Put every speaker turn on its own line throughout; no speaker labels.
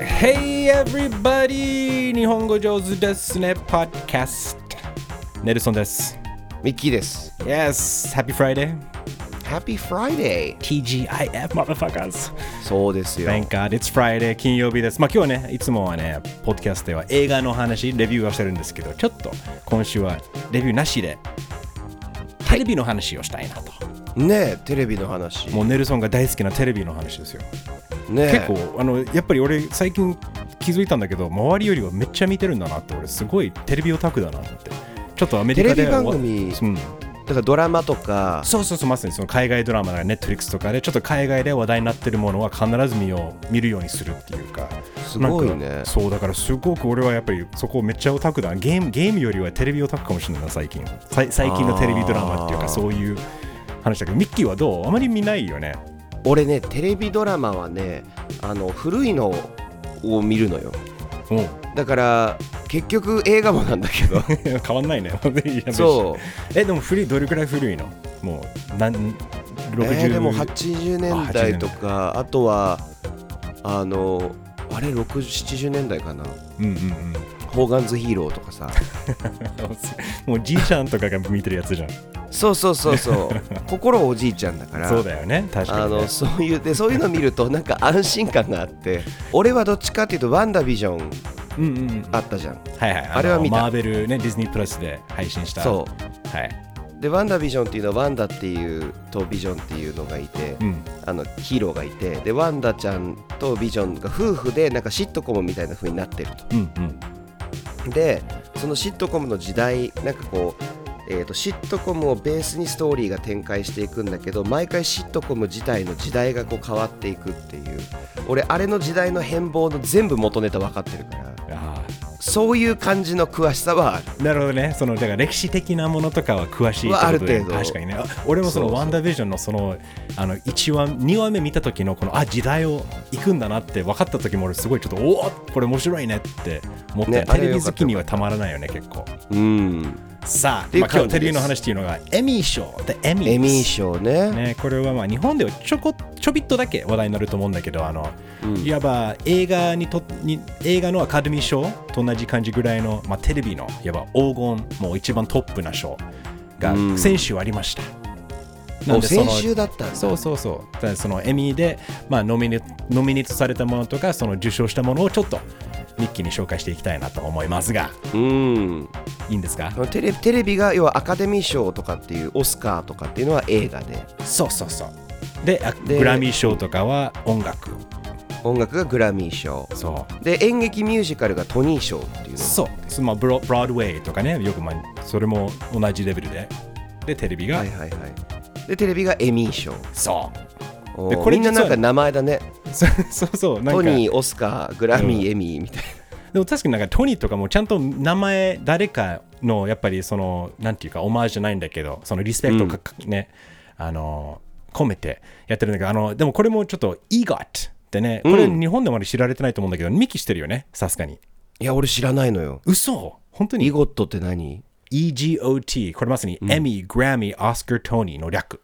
Hey everybody! 日本語上手ですね、ポッドキャスト。ネルソンです。
ミッキーです。
Yes! Happy Friday!
Happy Friday!
TGIF, motherfuckers!
そうですよ。
Thank God it's Friday! 金曜日です。まあ今日はね、いつもはね、ポッドキャストでは映画の話、レビューはしてるんですけど、ちょっと今週はレビューなしで、テレビの話をしたいなと。
ねえ、テレビの話。
もうネルソンが大好きなテレビの話ですよ。
ねえ
結構あのやっぱり俺最近気づいたんだけど周りよりはめっちゃ見てるんだなって俺すごいテレビオタクだなと思ってちょっとアメリカで
テレビ番組
うん
だからドラマとか、
そうそうそうまさにその海外ドラマとかネットフリックスとかでちょっと海外で話題になってるものは必ず見よう見るようにするっていうか
すごいね
なんかそうだからすごく俺はやっぱりそこめっちゃオタクだゲームゲームよりはテレビオタクかもしれないな最近さい最近のテレビドラマっていう
あ
か
ー
そういう話だけどミッキーはどうあまり見ないよね
俺ね、テレビドラマはね、あの古いのを見るのよ。
うん
だから、結局映画もなんだけど、
変わんないね う
そう、
えでも古いどれくらい古いのもう何
え
60、
ーでも80年代とか、あとは、あの、あれ、60、70年代かな。
うんうんうん
ホーガンズヒーローとかさ。
もうじいちゃんとかが見てるやつじゃん
そうそうそうそう。心おじいちゃんだから。
そうだよね確か
あ
に、ね
の、そういうでそういうの見るとなんか安心感があって俺はどっちかっていうとワンダービジョン
うんうんうん
あったじゃん
はいはいの
あれは見た
マーベルねディズニープラスで配信した
そう
はい、
でワンダービジョンっていうのはワンダっていうとビジョンっていうのがいて
うん、
あのヒーローがいてでワンダちゃんとビジョンが夫婦でなんかシットコムみたいな風になってる
うんうん
とでそのシットコムの時代なんかこうえーとシットコムをベースにストーリーが展開していくんだけど毎回シットコム自体の時代がこう変わっていくっていう俺あれの時代の変貌の全部元ネタ分かってるから
あ
そういう感じの詳しさはある。
ーなるほどねそのだから歴史的なものとかは詳しい
は
っ
あ
て
る
ことで
程度
確かにねあ俺もその
そうそう
ワンダービジョンのそのあの1話2話目見た時のこのあ時代を行くんだなって分かった時も俺すごいちょっとおおこれ面白いねって思って、
ね
テレ
あれ
ビ
よか
好
った
きにはたまらないよね結構
うん。
さあ、
ていう
まあ、今日
感じで
テ
す
レビの話っていうのがエミー賞でエミー
エミー賞ね。
ね、これはまあ日本ではちょこちょびっとだけ話題になると思うんだけどあの、
うん
いわば映画にとに映画のアカデミー賞と同じ感じぐらいの、まあ、テレビのいわば黄金もう一番トップな賞が
うん
先週ありました。
もう
そ
先
の
週だったんだ。
そうそうそうだからそのエミーで、まあ、ノミネノミネートされたものとかその受賞したものをちょっとミッキーに紹介していきたいなと思いますが
うん。
いいんですか
テレテレビが要はアカデミー賞とかっていうオスカーとかっていうのは映画で
そうそうそうであ
で
グラミー賞とかは音楽
音楽がグラミー賞
そう
で演劇ミュージカルがトニー賞っていうの
そう、そまあ、ブロブロードウェイとかね、よく、まあ、それも同じレベルで。で、テレビが、
はいはいはいでテレビがエミー賞
そう。
お
で
ー
これ
みんな
実は
なんか名前だね
そそうそう、なん
ト
か、で
ニーオスカーグラミー、エミーみたい
も確かになんかトニーとかもちゃんと名前、誰かの、やっぱりその、なんていうか、オマージュじゃないんだけど、そのリスペクトをか、ね、あの、込めてやってるんだけど、あの、でもこれもちょっと、EGOT ってね、これ
うん
日本でもあまり知られてないと思うんだけど、ミキしてるよね、さすがに。
ないや俺知らないのよ
嘘本当
リ
に
ゴットって何
EGOT、これまさに、エミー、グラミー、オスカー、トニーの略。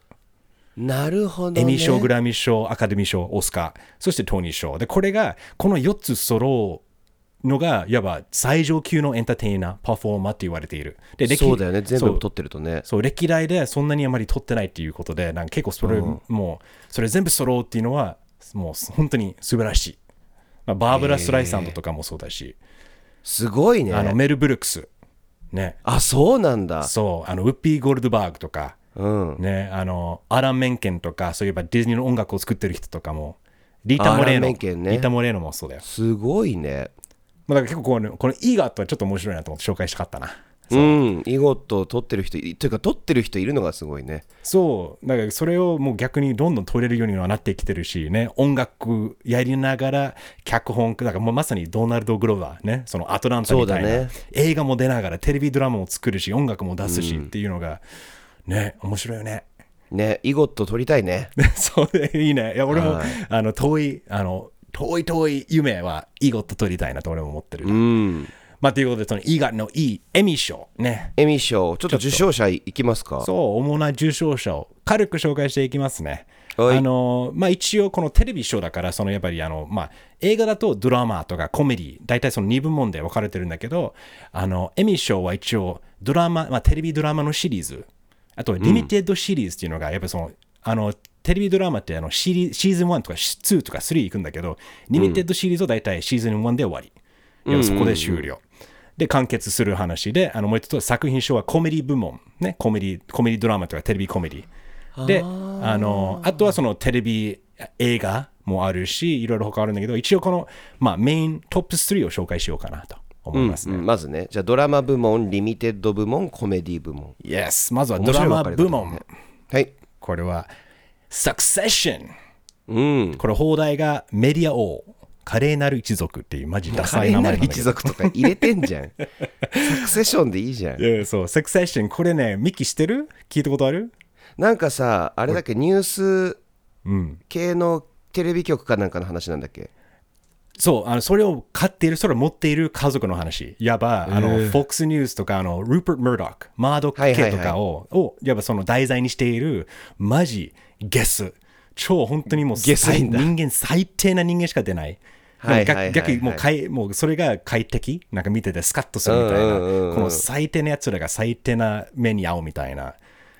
なるほど、ね、
エミー賞、グラミー賞、アカデミー賞、オスカー、そしてトニー賞。で、これが、この4つ揃うのが、いわば最上級のエンターテイナー、パフォーマーって言われている。で、歴
そうだよね全
そう
部取ってるとね
そう歴代でそんなにあまり取ってないっていうことで、なんか結構それ、もう、それ全部揃うっていうのは、もう本当に素晴らしい。まあ、バーブラ・ストライサンドとかもそうだし、
すごいね
あのメル・ブルクス、ね、
あそうなんだ
そう、あのウッピー・ゴールドバーグとか、
うん
ね、あの、アラン・メンケンとか、そういえばディズニーの音楽を作ってる人とかも、リータ・モレー
アラン
ノ、
メンケンね
リータ・モレーノもそうだよ。
すごいね
まあ、だから結構この、このイーガーとはちょっと面白いなと思って紹介したかったな。
うん囲碁と取ってる人いというか取ってる人いるのがすごいね
そう、だからそれをもう逆にどんどん取れるようにはなってきてるし、ね、音楽やりながら、脚本、だからもうまさにドナルド・グローバーね、そのアトランタみたいな、
そうだね
映画も出ながら、テレビドラマも作るし、音楽も出すしっていうのが、ね、面白いよね。
ね囲碁と取りたいね
そうね いいね。いや、俺も、
はい
あの、遠い、あの、遠い遠い夢は、イゴット取りたいなと俺も思ってる。
うん
まあ、ということで、その、イガのいいエミ賞ね。
エミ賞ちょっと受賞者いきますか
そう、主な受賞者を軽く紹介していきますね。
はい
あのまあ、一応、このテレビショーだから、そのやっぱりあの、まあ、映画だとドラマとかコメディ大体その2部門で分かれてるんだけど、あのエミー賞は一応ドラマ、まあ、テレビドラマのシリーズ、あとリミテッドシリーズっていうのが、やっぱりその、あのテレビドラマってあのシリシーズン1とかシ2とか3行くんだけど、リミテッドシリーズは大体シーズン1で終わり。いやそこで終了。で、完結する話で、あのもう一つ作品賞はコメディ部門、ね、コメディコメディドラマとかテレビコメディ。で、あのあとはそのテレビ映画もあるし、いろいろ他あるんだけど、一応この、まあ、メイントップ3を紹介しようかなと思いますね。
うんまずねじゃあドラマ部門リミテッド部門コメディ部門
Yes! まずはドラマ部門。
はい
これは、Succession!
うん
これ、放題がメディア王、華麗なる一族っていうマジダサい名前なんだけ
一
ど。
族とか入れてんじゃんサクセションでいいじゃん
いやそう、セクセッション、これね、ミキ知ってる聞いたことある
なんかさあれだっけニュース
うん。
系のテレビ局かなんかの話なんだっけ
そう、あのそれを買っている、それを持っている家族の話。いわば、あの、FOX ニュースとか、あの、ルーパー・ムードック、マードック系とかを、を、いわばその題材にしている、マジ、ゲス。超本当にもう、
ゲスいんだ
人間、最低な人間しか出ない。
はい
でも
はいはいはい
逆逆にもうかい、もうそれが快適なんか見ててスカッとするみたいな。
うんうんうんうん
この最低な奴らが最低な目に遭うみたいな。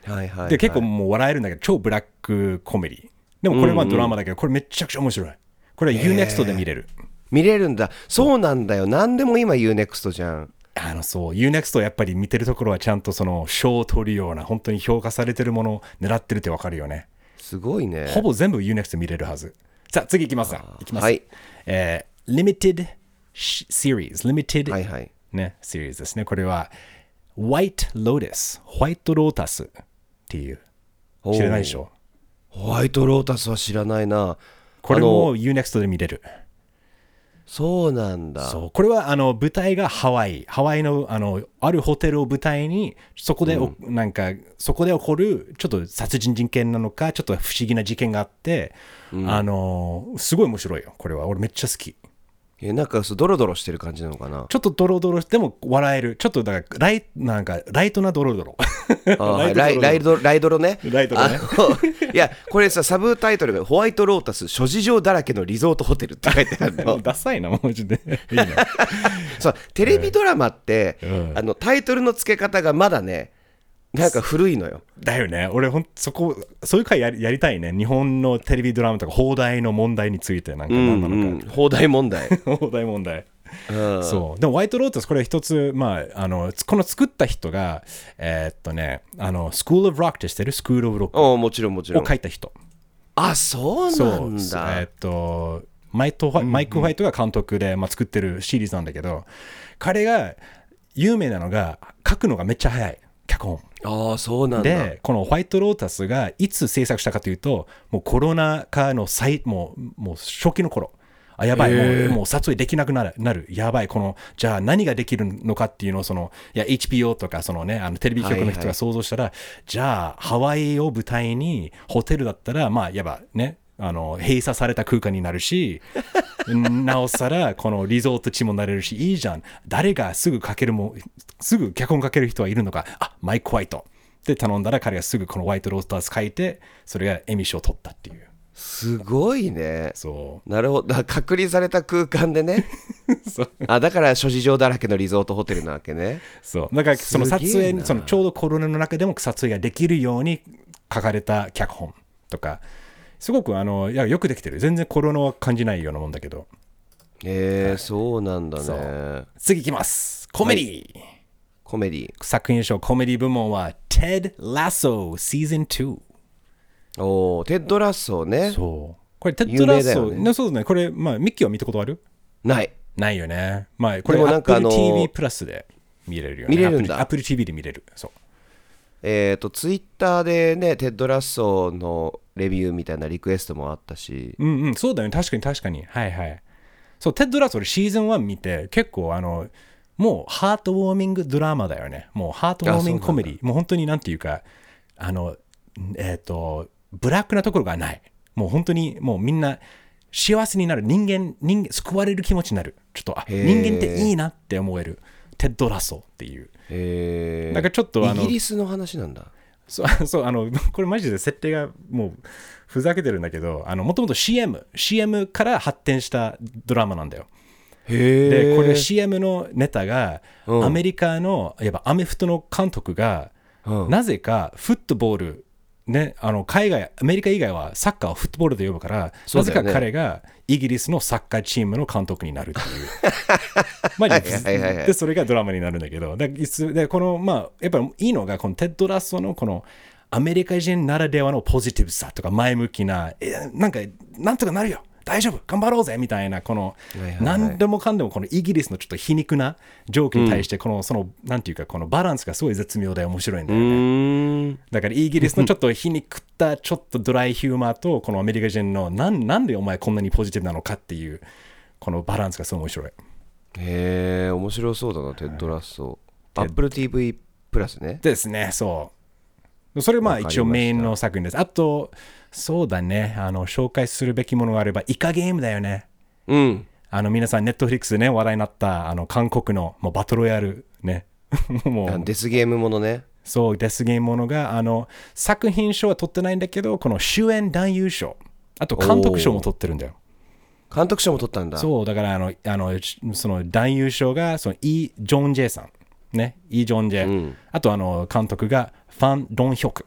はいはい、
で結構もう笑えるんだけど超ブラックコメディでもこれはドラマだけどこれめちゃくちゃ面白いこれは UNEXT で見れる、
見れるんだそうなんだよ何でも今 UNEXT じゃん
あのそう UNEXT をやっぱり見てるところはちゃんとその賞を取るような本当に評価されてるものを狙ってるってわかるよね
すごいね
ほぼ全部 UNEXT 見れるはずさあ次いきますかいきます、
はい
えー、Limited sh- Series Limited、
はいはい
ね、シリーズですねこれは White Lotus ホワイトロータスっていう知らないでしょ
ホワイトロータスは知らないな
これ
あの
も UNEXT で見れる
そうなんだ
そうこれはあの舞台がハワイハワイのあのあるホテルを舞台にそこでお、なんかそこで起こるちょっと殺人事件なのかちょっと不思議な事件があって、あのすごい面白いよこれは俺めっちゃ好き
えなんかそうドロドロしてる感じなのかな
ちょっとドロドロしても笑えるちょっとだからライなんかライトなドロドロ
あーはい
ラ
ラ
イ
イ
ト
ライドライドロね。
ライドロね。
あの。いや、これさ、サブタイトルが、ホワイトロータス諸事情だらけのリゾートホテルって書いてあるの
ダサいなもうちょっといいね
そう、テレビドラマって、
うん
あのタイトルの付け方がまだね、なんか古いのよ。
だよね俺ほんそこそういう回やりやりたいね日本のテレビドラマとか放題の問題についてなんか
う
何
ん
なのか、
うん、放題問 題。
放題問題
うん
そうでも「ホワイト・ロータス」これ一つ、まあ、あのつこの作った人がえーっとねあの「スクール・オブ・ロック」って知ってる「スクール・オブ・ロック」
おもちろんもちろん
を書。いた人
あ、そう
そう
なん
すえー
だ
っ。とマイトホワイマイク・ホワイトが監督で、まあ、作ってるシリーズなんだけど彼が有名なのが書くのがめっちゃ早い脚本
ああ、そうなんだ。
でこの「ホワイト・ロータス」がいつ制作したかというともうコロナ禍の最もうもう初期の頃あやばい、
へえ
もうもう撮影できなくなるなるやばいこのじゃあ何ができるのかっていうのをそのいや HBO とかその、ね、あのテレビ局の
は
人
いは
が
い
想像したら、じゃあハワイを舞台にホテルだったらまあやばねあの閉鎖された空間になる しなおさらこのリゾート地もなれるしいいじゃん誰がすぐ書けるもすぐ脚本書ける人はいるのかあマイク・ホワイトで頼んだら彼がすぐこのホワイト・ロースターズ書いてそれがエミー賞を取ったっていう
すごいね。
そ
なるほど。だから隔離された空間 でね。
うそう
あ、だから諸事情だらけのリゾートホテルなわけね。
そうだからその
す
撮
げえ
影
な
そのちょうどコロナの中でも撮影ができるように書かれた脚本とかすごくあのいやよくできてる全然コロナは感じないようなもんだけど
えー、そうなんだね。
次いきますコメディ、
コメディ
作品賞コメディ部門は Ted Lasso Season 2
おおテッドラッソーね
そうこれテッド
有
ラッ
名だよね
ソー、ね、そうですねこれまあミッキーは見たことある
ない
ないよね。まあ、これ
でもなんか
Apple
あの
TV プラスで見れるよね。
見れるんだ
Apple Apple TV で見れる。そう。
えっ、とツイッターでねテッドラッソーのレビューみたいなリクエストもあったし
うんうん、そうだよね。確かに確かに。はいはい。そう、テッドラス俺シーズン1見て、結構あの、もうハートウォーミングドラマだよね。もうハートウォーミング
あ
コ
そうな
メ
んだ
ディ。もう本当になんていうか、あの、えっ、と、ブラックなところがない。もう本当にもうみんな幸せになる。人間、人間、救われる気持ちになる。ちょっと、あ、
へー
人間っていいなって思える。テッドラソーっていう。
えー、
なんかちょっとあの
イギリスの話なんだ
そう、そう、あの、 これマジで設定がもうふざけてるんだけど、あの、もともと CM、CM から発展したドラマなんだよ。
へ
で、これ CM のネタが、
うん
アメリカの、やっぱアメフトの監督が、
うん
なぜかフットボール、ね、あの海外アメリカ以外はサッカーをフットボールと呼ぶから、
そ
な
う
ぜ
だよ
か
ね
彼がイギリスのサッカーチームの監督になるって いう。マジで
はいはいはいはい
でそれがドラマになるんだけど、だいつでこのまあやっぱりいいのがこのテッドラストのこのアメリカ人ならではのポジティブさとか前向きな、えなんかなんとかなるよ。大丈夫頑張ろうぜみたいなこの
いはいはい
何でもかんでもこのイギリスのちょっと皮肉なジョークに対してこのそのなんていうかこのバランスがすごい絶妙で面白いんだよ
う
ね。
ーん
だからイギリスのちょっと皮肉ったちょっとドライヒューマーとこのアメリカ人のなんなんでお前こんなにポジティブなのかっていうこのバランスがすごい面白い。
へえ面白そうだなテッドラッソアップル TV プラスね
ですね、そう。それまあ
わかりまし
一
た
応メインの作品です。あと、そうだね、あの紹介するべきものがあればイカゲームだよね。
うん
あの皆さん、ネットフリックスでね、話題になったあの韓国のもうバトルロイヤルね。 も
あ
う
デスゲームものね
そう、デスゲームものが、あの、作品賞は取ってないんだけど、この主演男優賞、あと監督賞も取ってるんだよ。
監督賞も取ったんだ
そう、だからあの、あの、しその男優賞が、そのイ・ジョンジェさん。ね、イ・ジョンジェ。
うん
あと、あの、監督が、ファン・ドンヒョク。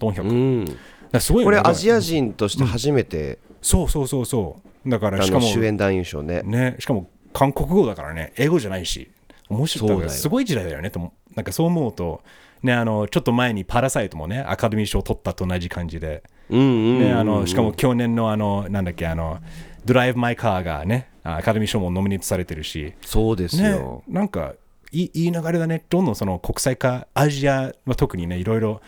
ドンヒョク。
う
だか
ん
らすごいよ
こ
ね
れアジア人として初めて
そうそうそうそう。だか
あ
ら、しか
の
も、
主演男優賞ね
ね、しかも、韓国語だからね、英語じゃないし、面白い。
そう
だ
だよ
からすごい時代だよね、とも。なんかそう思うと、ね、あの、ちょっと前にパラサイトもね、アカデミー賞を取ったと同じ感じで。
うんうん
ね、あのしかも去年のあのなんだっけあのドライブ・マイ・カーがねあアカデミー賞もノミネートされてるし、
そうです
ね
よ、
なんかいいいい流れだねどんどんその国際化アジアは特にねいろいろ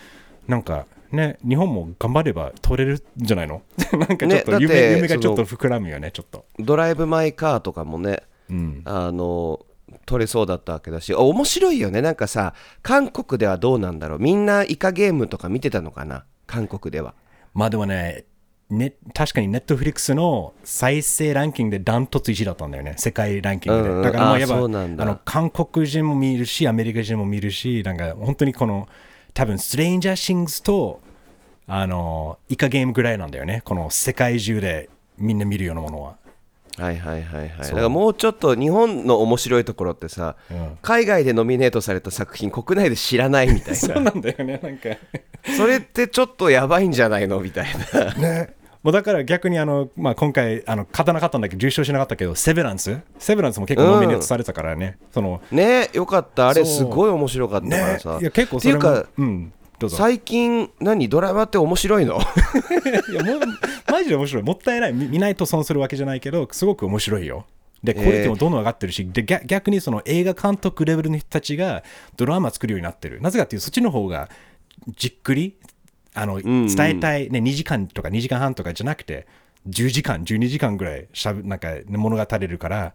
なんかね日本も頑張れば取れるんじゃないの なんかちょっ
ねだ
と
って
夢,、夢がちょっと
そ
膨らむよねちょっと、
ドライブ・マイ・カーとかもね
うん、
あの撮れそうだったわけだしあ面白いよねなんかさ韓国ではどうなんだろうみんなイカゲームとか見てたのかな韓国では
まあでもねね確かにネットフリックスの再生ランキングでダントツ1位だったんだよね、世界ランキングで。
うんうん
だからま
あ
あ
ー
やっぱあ
そうなんだ
の韓国人も見るし、アメリカ人も見るし、なんか本当にこの多分ストレインジャーシングスとあのイカゲームぐらいなんだよね、この世界中でみんな見るようなものは。
はいはいはいはいだ
う
からもうちょっと日本の面白いところってさ、
ん
海外でノミネートされた作品国内で知らないみた い
そうなんだよね、なん か。
なそれってちょっとやばいんじゃないのみたいな
もうだから逆にあの、まあ、今回あの勝たなかったんだけど受賞しなかったけどセベランスセベランスも結構ノミネートされてたからね、その
ねよかったあれ
そう
すごい面白かったから
ね
さ、
いや結構
っ
そ
てい
れ
う
も
か
うんどうぞ
最近何ドラマって面白い の
いやもうマジで面白いもったいない見見ないと損するわけじゃないけどすごく面白いよでクオリティもどんどん上がってるし、で逆逆にその映画監督レベルの人たちがドラマ作るようになってるなぜかっていうとそっちの方がじっくりあの
ん
伝えたい、ね2時間とか2時間半とかじゃなくて10時間12時間ぐらいしゃぶなんか物語れるから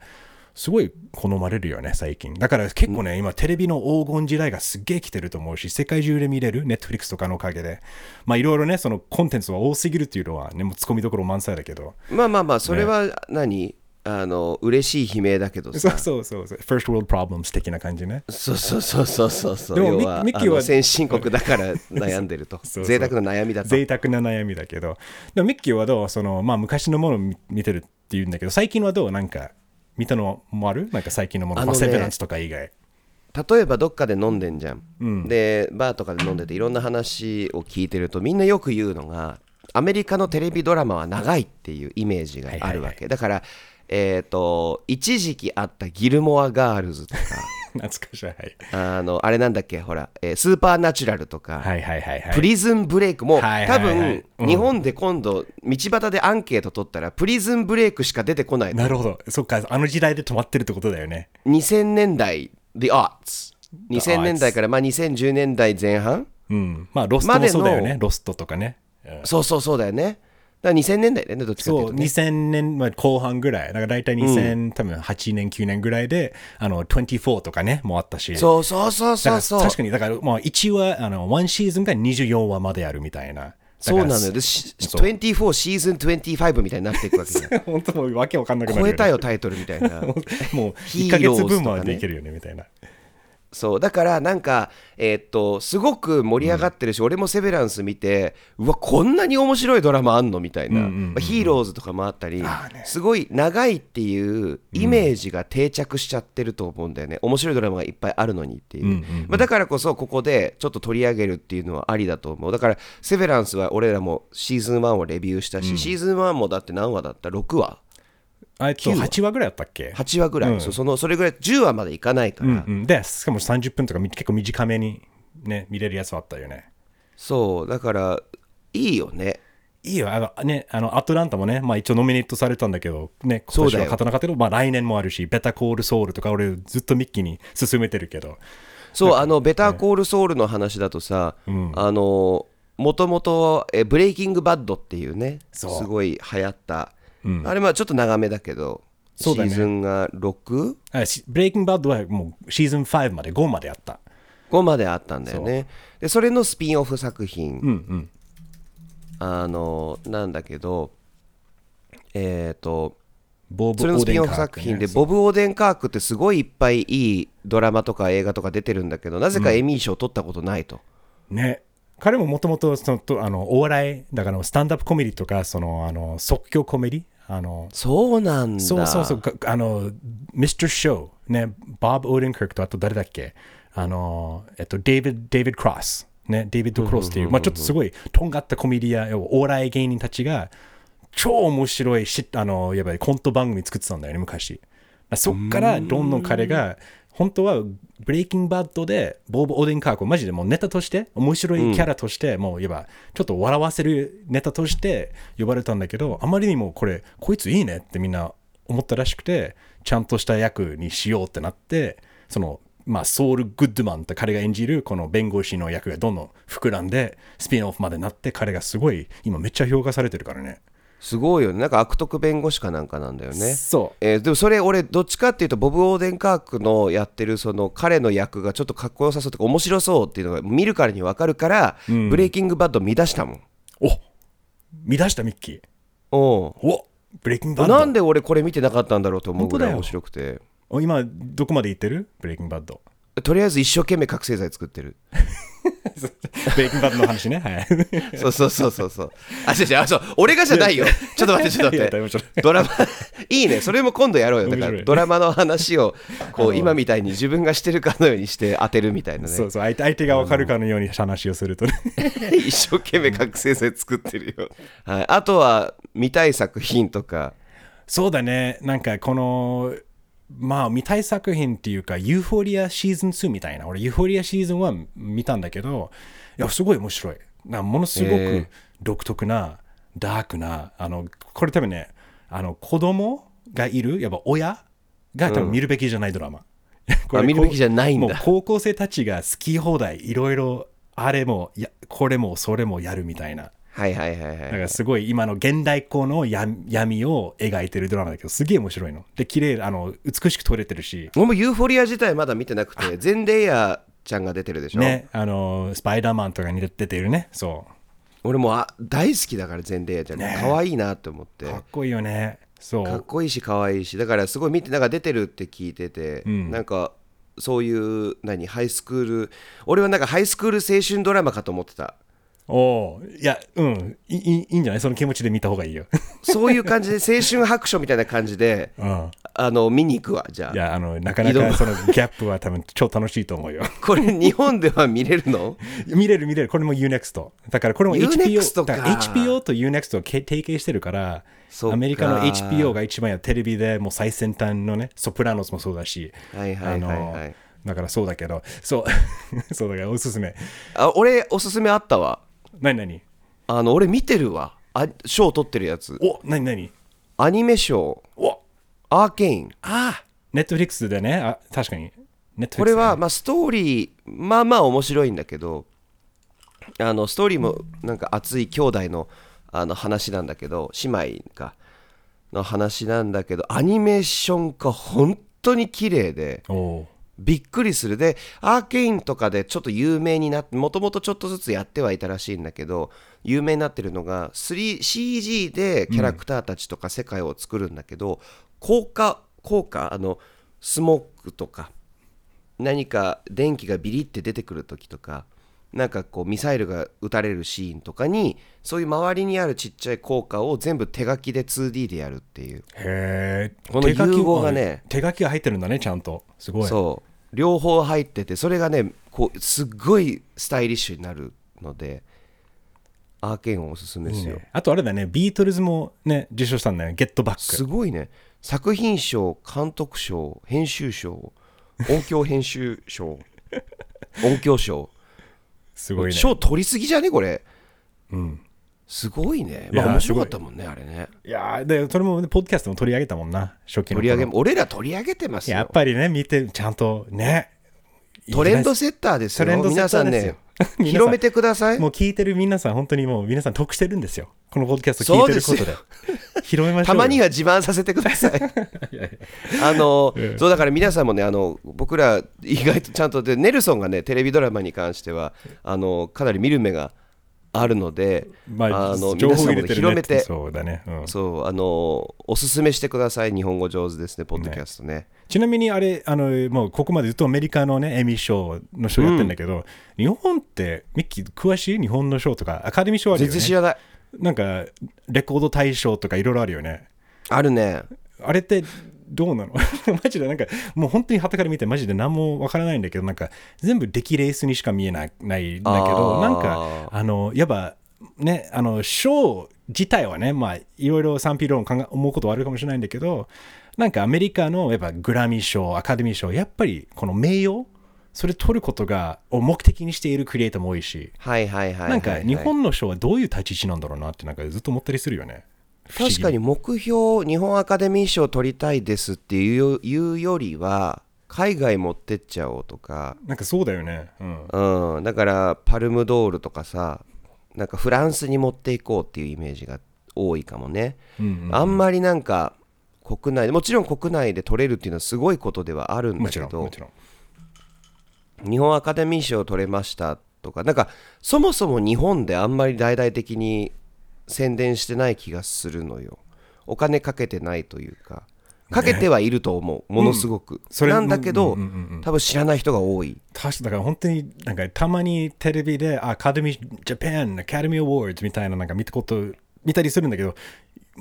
すごい好まれるよね最近だから結構ね、今テレビの黄金時代がすっげえ来てると思うし世界中で見れるネットフリックスとかのおかげでまあいろいろねそのコンテンツは多すぎるっていうのはねもうツッコミどころ満載だけど
まあまあまあそれは何、あの嬉しい悲鳴だけど
そ
さ
うそうそうそう First World Problems 的な感じね
そうそうそうそうそうそう
でもミ
要は
ミッキーは
あの先進国だから悩んでると
そうそう
贅沢な悩みだと
贅沢な悩みだけどでもミッキーはどうその、まあ、昔のものを見見てるって言うんだけど最近はどうなんか見たのもあるなんか最近のもの
あ
ま
の
あ
ね
セベランスとか以外
例えばどっかで飲んでんじゃん、でバーとかで飲んでていろんな話を聞いてるとみんなよく言うのがアメリカのテレビドラマは長いっていうイメージがあるわけ、
はいはいは
だからえっ、と一時期あった「ギルモア・ガール ズ」とか
懐かしい、はい、
あのあれなんだっけほら、えースーパーナチュラル」とか、
はいはいはいはい
プリズンブレイクも、
はいはいはい
多分、
うん
日本で今度道端でアンケート取ったらプリズンブレイクしか出てこない
なるほどそっかあの時代で止まってるってことだよね
2000年代 The Arts 2000年代からまあ2010年代前半
うんまあロスト
ま
も
での
そうだよねロストとかね、うん
そうそうそうだよね。だから2000年代だよね、どっちかってい
そうう
と、ね。
2000年まあ後半ぐらいだから大体2000、多分8年9年ぐらいであの24とかねもうあったし
そうそうそ
だか
うそう
ら
そう。
確かにだからまあ1話あの1シーズンが24話まであるみたいな
そうなの
だ
よ。
か
で、し
そう
24シーズン25みたいになっていくわけ じゃん。
ら本当もうわけわかんなくなる
超
よね
えたよ、タイトルみたい な。
もう
ヒ
1
ー
ヶ
ローズ
月分ま
とか
で
ね
いけるよねみたいな。
そうだからなんかえーっとすごく盛り上がってるし、俺も「セベランス」見てうわこんなに面白いドラマあんのみたいな、
うんうんうんうん
まあヒーローズとかもあったり
あーね
すごい長いっていうイメージが定着しちゃってると思うんだよね面白いドラマがいっぱいあるのにっていう、
うんうんうん
まあ、だからこそここでちょっと取り上げるっていうのはありだと思うだから「セベランス」は俺らもシーズン1をレビューしたし、シーズン1もだって何話だった6話
あえっと
9話
8話ぐらいだったっけ
8話ぐらい、
うん
そうそのそれぐらい10話までいかないから、
うんうん、でしかも30分とかみ結構短めに、ね、見れるやつはあったよね
そうだからいいよね
いいよあの、ね、あのアトランタもね、まあ、一応ノミネートされたんだけど、ね、今
そう
年
だ
は
よ
勝たなかったけど、まあ、来年もあるしベタコールソウルとか俺ずっとミッキーに勧めてるけど
そうあのベターコールソウルの話だとさ、あのもともとえブレイキングバッドっていうねす
そう
ごい流行った、あれまあちょっと長めだけど
そうだね
シーズンが 6?5
あしブレイキングバッドはもうシーズン5まで5まであった
まであったんだよねでそれのスピンオフ作品、あのなんだけどえっ、と
ボブ・
それのスピンオフ
オーデンカーって
作
ね
品で、ボブ・オーデンカークってすごいいっぱいいいドラマとか映画とか出てるんだけど、なぜかエミー賞取ったことないと。
ね彼ももともとそのとあのお笑いだからスタンダップコメディとかそのあの即興コメディあの
そうなんだ。
そうそうそう、があの、Mr. Show、ね、ボブ・オーデンキークと、あと誰だっけ、あの、えっと、デイビッド・デイビッド・クロス、ね、デイビッド・クロスっていう、まあちょっとすごい、とんがったコメディアン、要はお笑い芸人たちが、超面白いし、あの、やばい、コント番組作ってたんだよね、昔。まあそっから、どんどん彼が、本当は、ブレイキングバッドで、ボブ・オーデンカークをマジでもうネタとして、面白いキャラとして、もういえば、ちょっと笑わせるネタとして呼ばれたんだけど、あまりにもこれ、こいついいねってみんな思ったらしくてちゃんとした役にしようってなってその、まあ、ソウル・グッドマンって彼が演じるこの弁護士の役がどんどん膨らんでスピンオフまでなって彼がすごい今めっちゃ評価されてるからね
すごいよね。なんか悪徳弁護士かなんかなんだよね。
そ
えーでもそれ俺どっちかっていうとボブ・オーデンカークのやってるその彼の役がちょっとかっこよさそうとか面白そうっていうのが見るからに分かるから、ブレイキングバッド見出したもん。
うお見出したミッキー
お
おブレイキングバ
な
ッ
んで俺これ見てなかったんだろうと思うぐらい
本
面
当だ
白くて
ド今どこまで行ってるブレイキングバッド
とりあえず一生懸命覚醒剤作ってる
ブレイキングバッドの話ねはい
そうそうそうそうそうあ違う違うあそう俺がじゃないよちょっと待ってちょっと
いや
待
だいぶちょ
っ
って
ドラマいいねそれも今度やろうよだか
面白
ら
い
ドラマの話をこう今みたいに自分がしてるかのようにして当てるみたいな ね
そうそう相手相手が分かるかのように話をするとね
一生懸命覚醒剤作ってるよ、はい、あとは見たい作品とか
そうだねなんかこのまあ見たい作品っていうかユーフォリアシーズン2みたいな俺ユーフォリアシーズン1見たんだけどいやすごい面白いなものすご
へ
く
え
独特なダークなあのこれ多分ねあの子供がいるやっぱ親が多分見るべきじゃないドラマ、これ
あ見るべきじゃないんだ
もう高校生たちが好き放題いろいろあれもやこれもそれもやるみたいな
はいはいはいは
なん
い
かすごい今の現代っ子の闇闇を描いてるドラマだけどすげえ面白いの。で綺麗あの美しく撮れてるし、
俺もユーフォリア自体まだ見てなくてゼンデイヤーちゃんが出てるでしょ、
ね、あのスパイダーマンとかに出てるねそ
俺もあ大好きだから全霊じゃん、
ね
可愛いなと思って
うかっこいいよねそう
かっこいいし可愛いしだからすごい見てなんか出てるって聞いてて、
ん
なんかそういう何ハイスクール俺はなんかハイスクール青春ドラマかと思ってた
おういやうんいいいいんじゃないその気持ちで見た方がいいよ、
そういう感じ で青春白書みたいな感じで
うん、
あの見に行くわじゃ
い
あ
やあのなかな
移動
かそのギャップは多分超楽しいと思うよ
これ日本では見れるの
見れる見れるこれも UNEXT だからこれも
UNEXT
HPO
か
だから HPO と UNEXT をけ提携してるから
そっか
アメリカの HPO が一番やテレビでもう最先端のねソプラノスもそうだし
はいはいはいはい
あのだからそうだけどそうそうだ からおすすめ
あ俺おすすめあったわ
何何
あの俺見てるわあ賞取ってるやつ
お何何
アニメ賞
お
アーケイン
あネットフリックスでねあ確かにネット
これはまあストーリーまあまあ面白いんだけどあのストーリーもなんか熱い兄弟のあの話なんだけど姉妹かの話なんだけどアニメーションが本当に綺麗で
おお
びっくりするでアーケインとかでちょっと有名になってもともとちょっとずつやってはいたらしいんだけど有名になってるのが 3CG でキャラクターたちとか世界を作るんだけど、効果効果あのスモークとか何か電気がビリって出てくる時とかなんかこうミサイルが撃たれるシーンとかにそういう周りにあるちっちゃい効果を全部手書きで 2D でやるっていう
へえ
この融合がね
手書きが入ってるんだねちゃんとすごい
そう両方入っててそれがねこうすっごいスタイリッシュになるのでアーケーンおすすめで
い
す
い
よ
ねあとあれだねビートルズもね受賞したんだよねゲットバッ
す
ク
ごいね作品賞監督賞編集賞音響編集 賞音響賞
すごいね
賞取りすぎじゃねこれ
うん
すごいね
いや
まあ面白かったもんねあれね
いやーでそれもねポッドキャストも取り上げたもんな初期の
取
頃
り上げ俺ら取り上げてますよ
やっぱりね見てちゃんとね
トレンドセッターですよ
トレンドセッ
皆
タ
さ
ー
ん
ですよ
ね 広めてください
もう聞いてる皆さん本当にもう皆さん得してるんですよこのポッドキャスト聞いてることで
そうで
広めましょ
た
うよ
まには自慢させてください。あの、
ええ
そうだから皆さんもねあの僕ら意外とちゃんとでネルソンがねテレビドラマに関してはあのかなり見る目があるので、
まあ、
あの
情
皆
報入
さん
れてる
も、ね、
ね
広めて
そうだね、うん
そうあのおすすめしてください日本語上手ですねポッドキャストね
ちなみにあれあのもうここまでずっとアメリカのねエミー賞の賞やってるんだけど、日本ってミッキー詳しい日本の賞とかアカデミー賞ある
全
よね
然知らない
なんかレコード大賞とかいろいろあるよね
あるね
あれってどうなの マジでなんかもう本当に旗から見てマジで何もわからないんだけどなんか全部出来レースにしか見えないないんだけど
あー
なんかあのやっぱねあのショー自体はねまあいろいろ賛否論考え思うことはあるかもしれないんだけどなんかアメリカのやっぱグラミー賞アカデミー賞やっぱりこの名誉それ取ることがを目的にしているクリエイターも多いし、
はいはいはいはい、はい、
なんか日本の賞はどういう立ち位置なんだろうなってなんかずっと思ったりするよね不思議
確かに目標日本アカデミー賞取りたいですっていうよいうよりは海外持ってっちゃおうとか
なんかそうだよねうん
うん、だからパルムドールとかさなんかフランスに持っていこうっていうイメージが多いかもね、
うんうん
あんまりなんか国内でもちろん国内で取れるっていうのはすごいことではあるん
も
だ
ち
け
ろん
ど
もちろん
日本アカデミー賞取れましたとかなんかそもそも日本であんまり大々的に宣伝してない気がするのよお金かけてないというかかけてはいると思う、ものすごく、
それ
なんだけど、
うんうんうんうん
多分知らない人が多い
確かだから本当になんかたまにテレビであアカデミージャパンアカデミーアワーズみたいななんか見たこと見たりするんだけど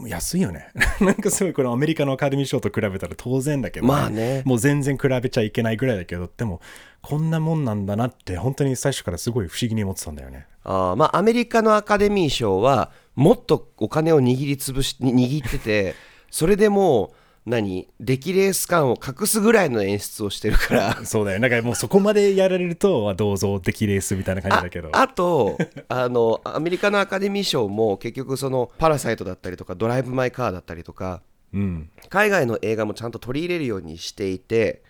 安いよね なんかすごいこのアメリカのアカデミー賞と比べたら当然だけど、
まあね
もう全然比べちゃいけないぐらいだけどでもこんなもんなんだなって本当に最初からすごい不思議に思ってたんだよね
あーまあアメリカのアカデミー賞はもっとお金を握りつぶしに握っててそれでもう何出来レース感を隠すぐらいの演出をしてるから
そうだよなんかもうそこまでやられるとあどうぞできレースみたいな感じだけど
ああとあのアメリカのアカデミー賞も結局その「パラサイト」だったりとか「ドライブ・マイ・カー」だったりとか
うん
海外の映画もちゃんと取り入れるようにしていて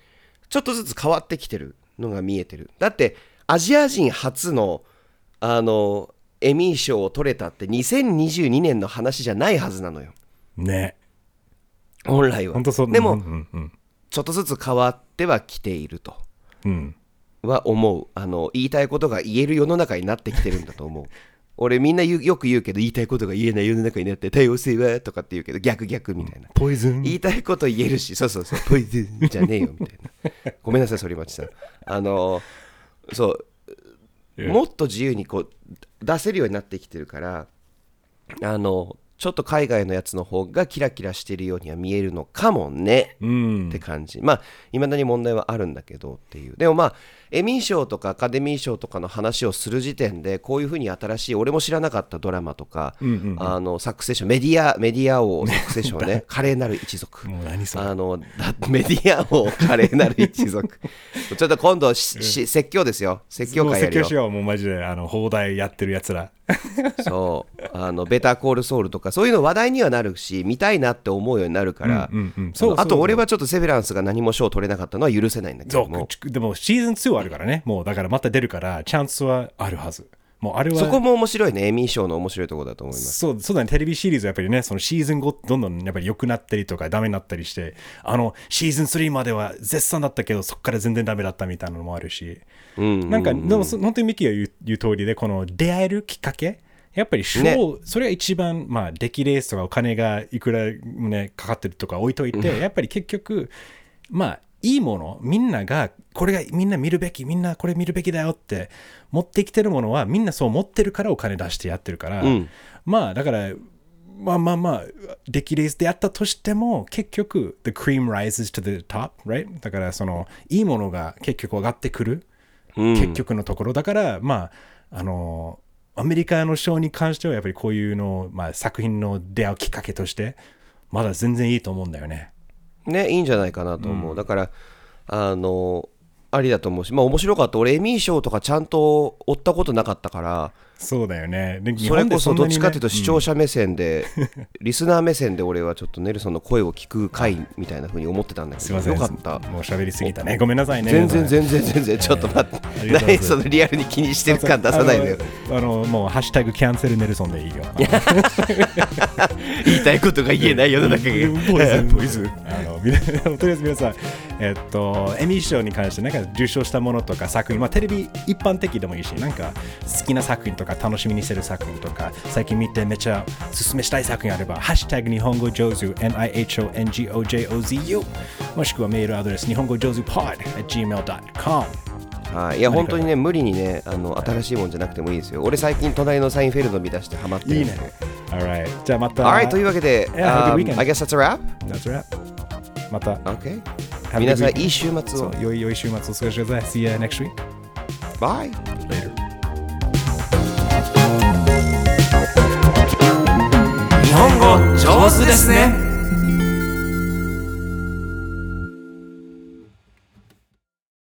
ちょっとずつ変わってきてるのが見えてるだってアジア人初のあのエミー賞を取れたって2022年の話じゃないはずなのよ
ね
本来は
本当そう
で
うん
も
うん
ちょっとずつ変わってはきていると
うん、うん
は思うあの言いたいことが言える世の中になってきてるんだと 思う俺みんな言うよく言うけど言いたいことが言えない世の中になって多様性はとかって言うけど逆逆みたいな、
ポイズン
言いたいこと言えるしそうそうそうポイズンじゃねえよみたい なごめんなさい反町さんあのそう
ええ
もっと自由にこう出せるようになってきてるからあのちょっと海外のやつの方がキラキラしてるようには見えるのかもね
うん
って感じ、まあいまだに問題はあるんだけどっていうでもまあエミー賞とかアカデミー賞とかの話をする時点でこういうふうに新しい俺も知らなかったドラマとか、
うんうん
あのサクセッションメディアメディア王サクセッシ ョンね華麗なる一族
もう何それ
あのだメディア王華麗なる 一族ちょっと今度しし説教ですよ説教
もう
会や
説教
るよ
しようもうマジであの放題やってるやつら
そうあのベターコールソウルとかそういうの話題にはなるし見たいなって思うようになるから、
うんうんうん
あの
そうそう
あと俺はちょっとセベランスが何も賞を取れなかったのは許せないんだけ
そ
ども
うでもシーズン2あるからねもうだからまた出るからチャンスはあるはずもうあれは
そこも面白いねエミー賞の面白いところだと思います
そうそうだねテレビシリーズはやっぱりねそのシーズン後どんどんやっぱり良くなったりとかダメになったりしてあのシーズン3までは絶賛だったけどそこから全然ダメだったみたいなのもあるし、
うん
なんかでもそ本当にミキが言う言う通りでこの出会えるきっかけやっぱり賞、
ね
それが一番まあ出来レースとかお金がいくら、ね、かかってるとか置いといて、やっぱり結局まあいいものみんながこれがみんな見るべきみんなこれ見るべきだよって持ってきてるものはみんなそう持ってるからお金出してやってるから、
うん
まあだからまあまあまあ出来レースであったとしても結局 the cream rises to the top right だからそのいいものが結局上がってくる、
うん
結局のところだからまああのアメリカの賞に関してはやっぱりこういうのを、まあ、作品の出会うきっかけとしてまだ全然いいと思うんだよね。
ねいいんじゃないかなと思う、だからあのありだと思うしまあ面白かった俺エミー賞とかちゃんと追ったことなかったから
そうだよね。で日
それ
本で
こそ
ん
ど
な
っ
にね
ちかというと視聴者目線で、リスナー目線で俺はちょっとネルソンの声を聞く回みたいな風に思ってたんだけ
す
ど
いません。
よかった
もう喋りすぎたね。ごめんなさいね。
全然全然全然ちょっと待って、
ありがとうございます
何そのリアルに気にしてる感出さないのよ
あの。あの、もう、ハッシュタグキャンセルネルソンでいいよ。
言いたいことが言えない世の中が
ポイズン、 ポイズン。あの、みなとりあえず皆さん、えっと、エミー賞に関して、なんか受賞したものとか作品、まあ、テレビ一般的でもいいし、なんか好きな作品とか、楽しみにしてる作品とか、最近見てめちゃおすすめしたい作品あれば、ハッシュタグ日本語上手、NIHONGOJOZU、もしくはメールアドレス、日本語上手 pod.gmail.com。
はい、いや本当にね無理にねあの新しいもんじゃなくてもいいですよ俺最近隣のサインフェルド見出してハマってるん
い
で
いね。Alright. じゃあまた。
Alright というわけで、
Yeah, have a good
um,
weekend.
I guess that's a wrap
That's right. また。
Okay
あ
皆さんいい週末
そ
を
う、良い良い週末をお過ごしください。See you next week.
Bye
Later.
日本語上手ですね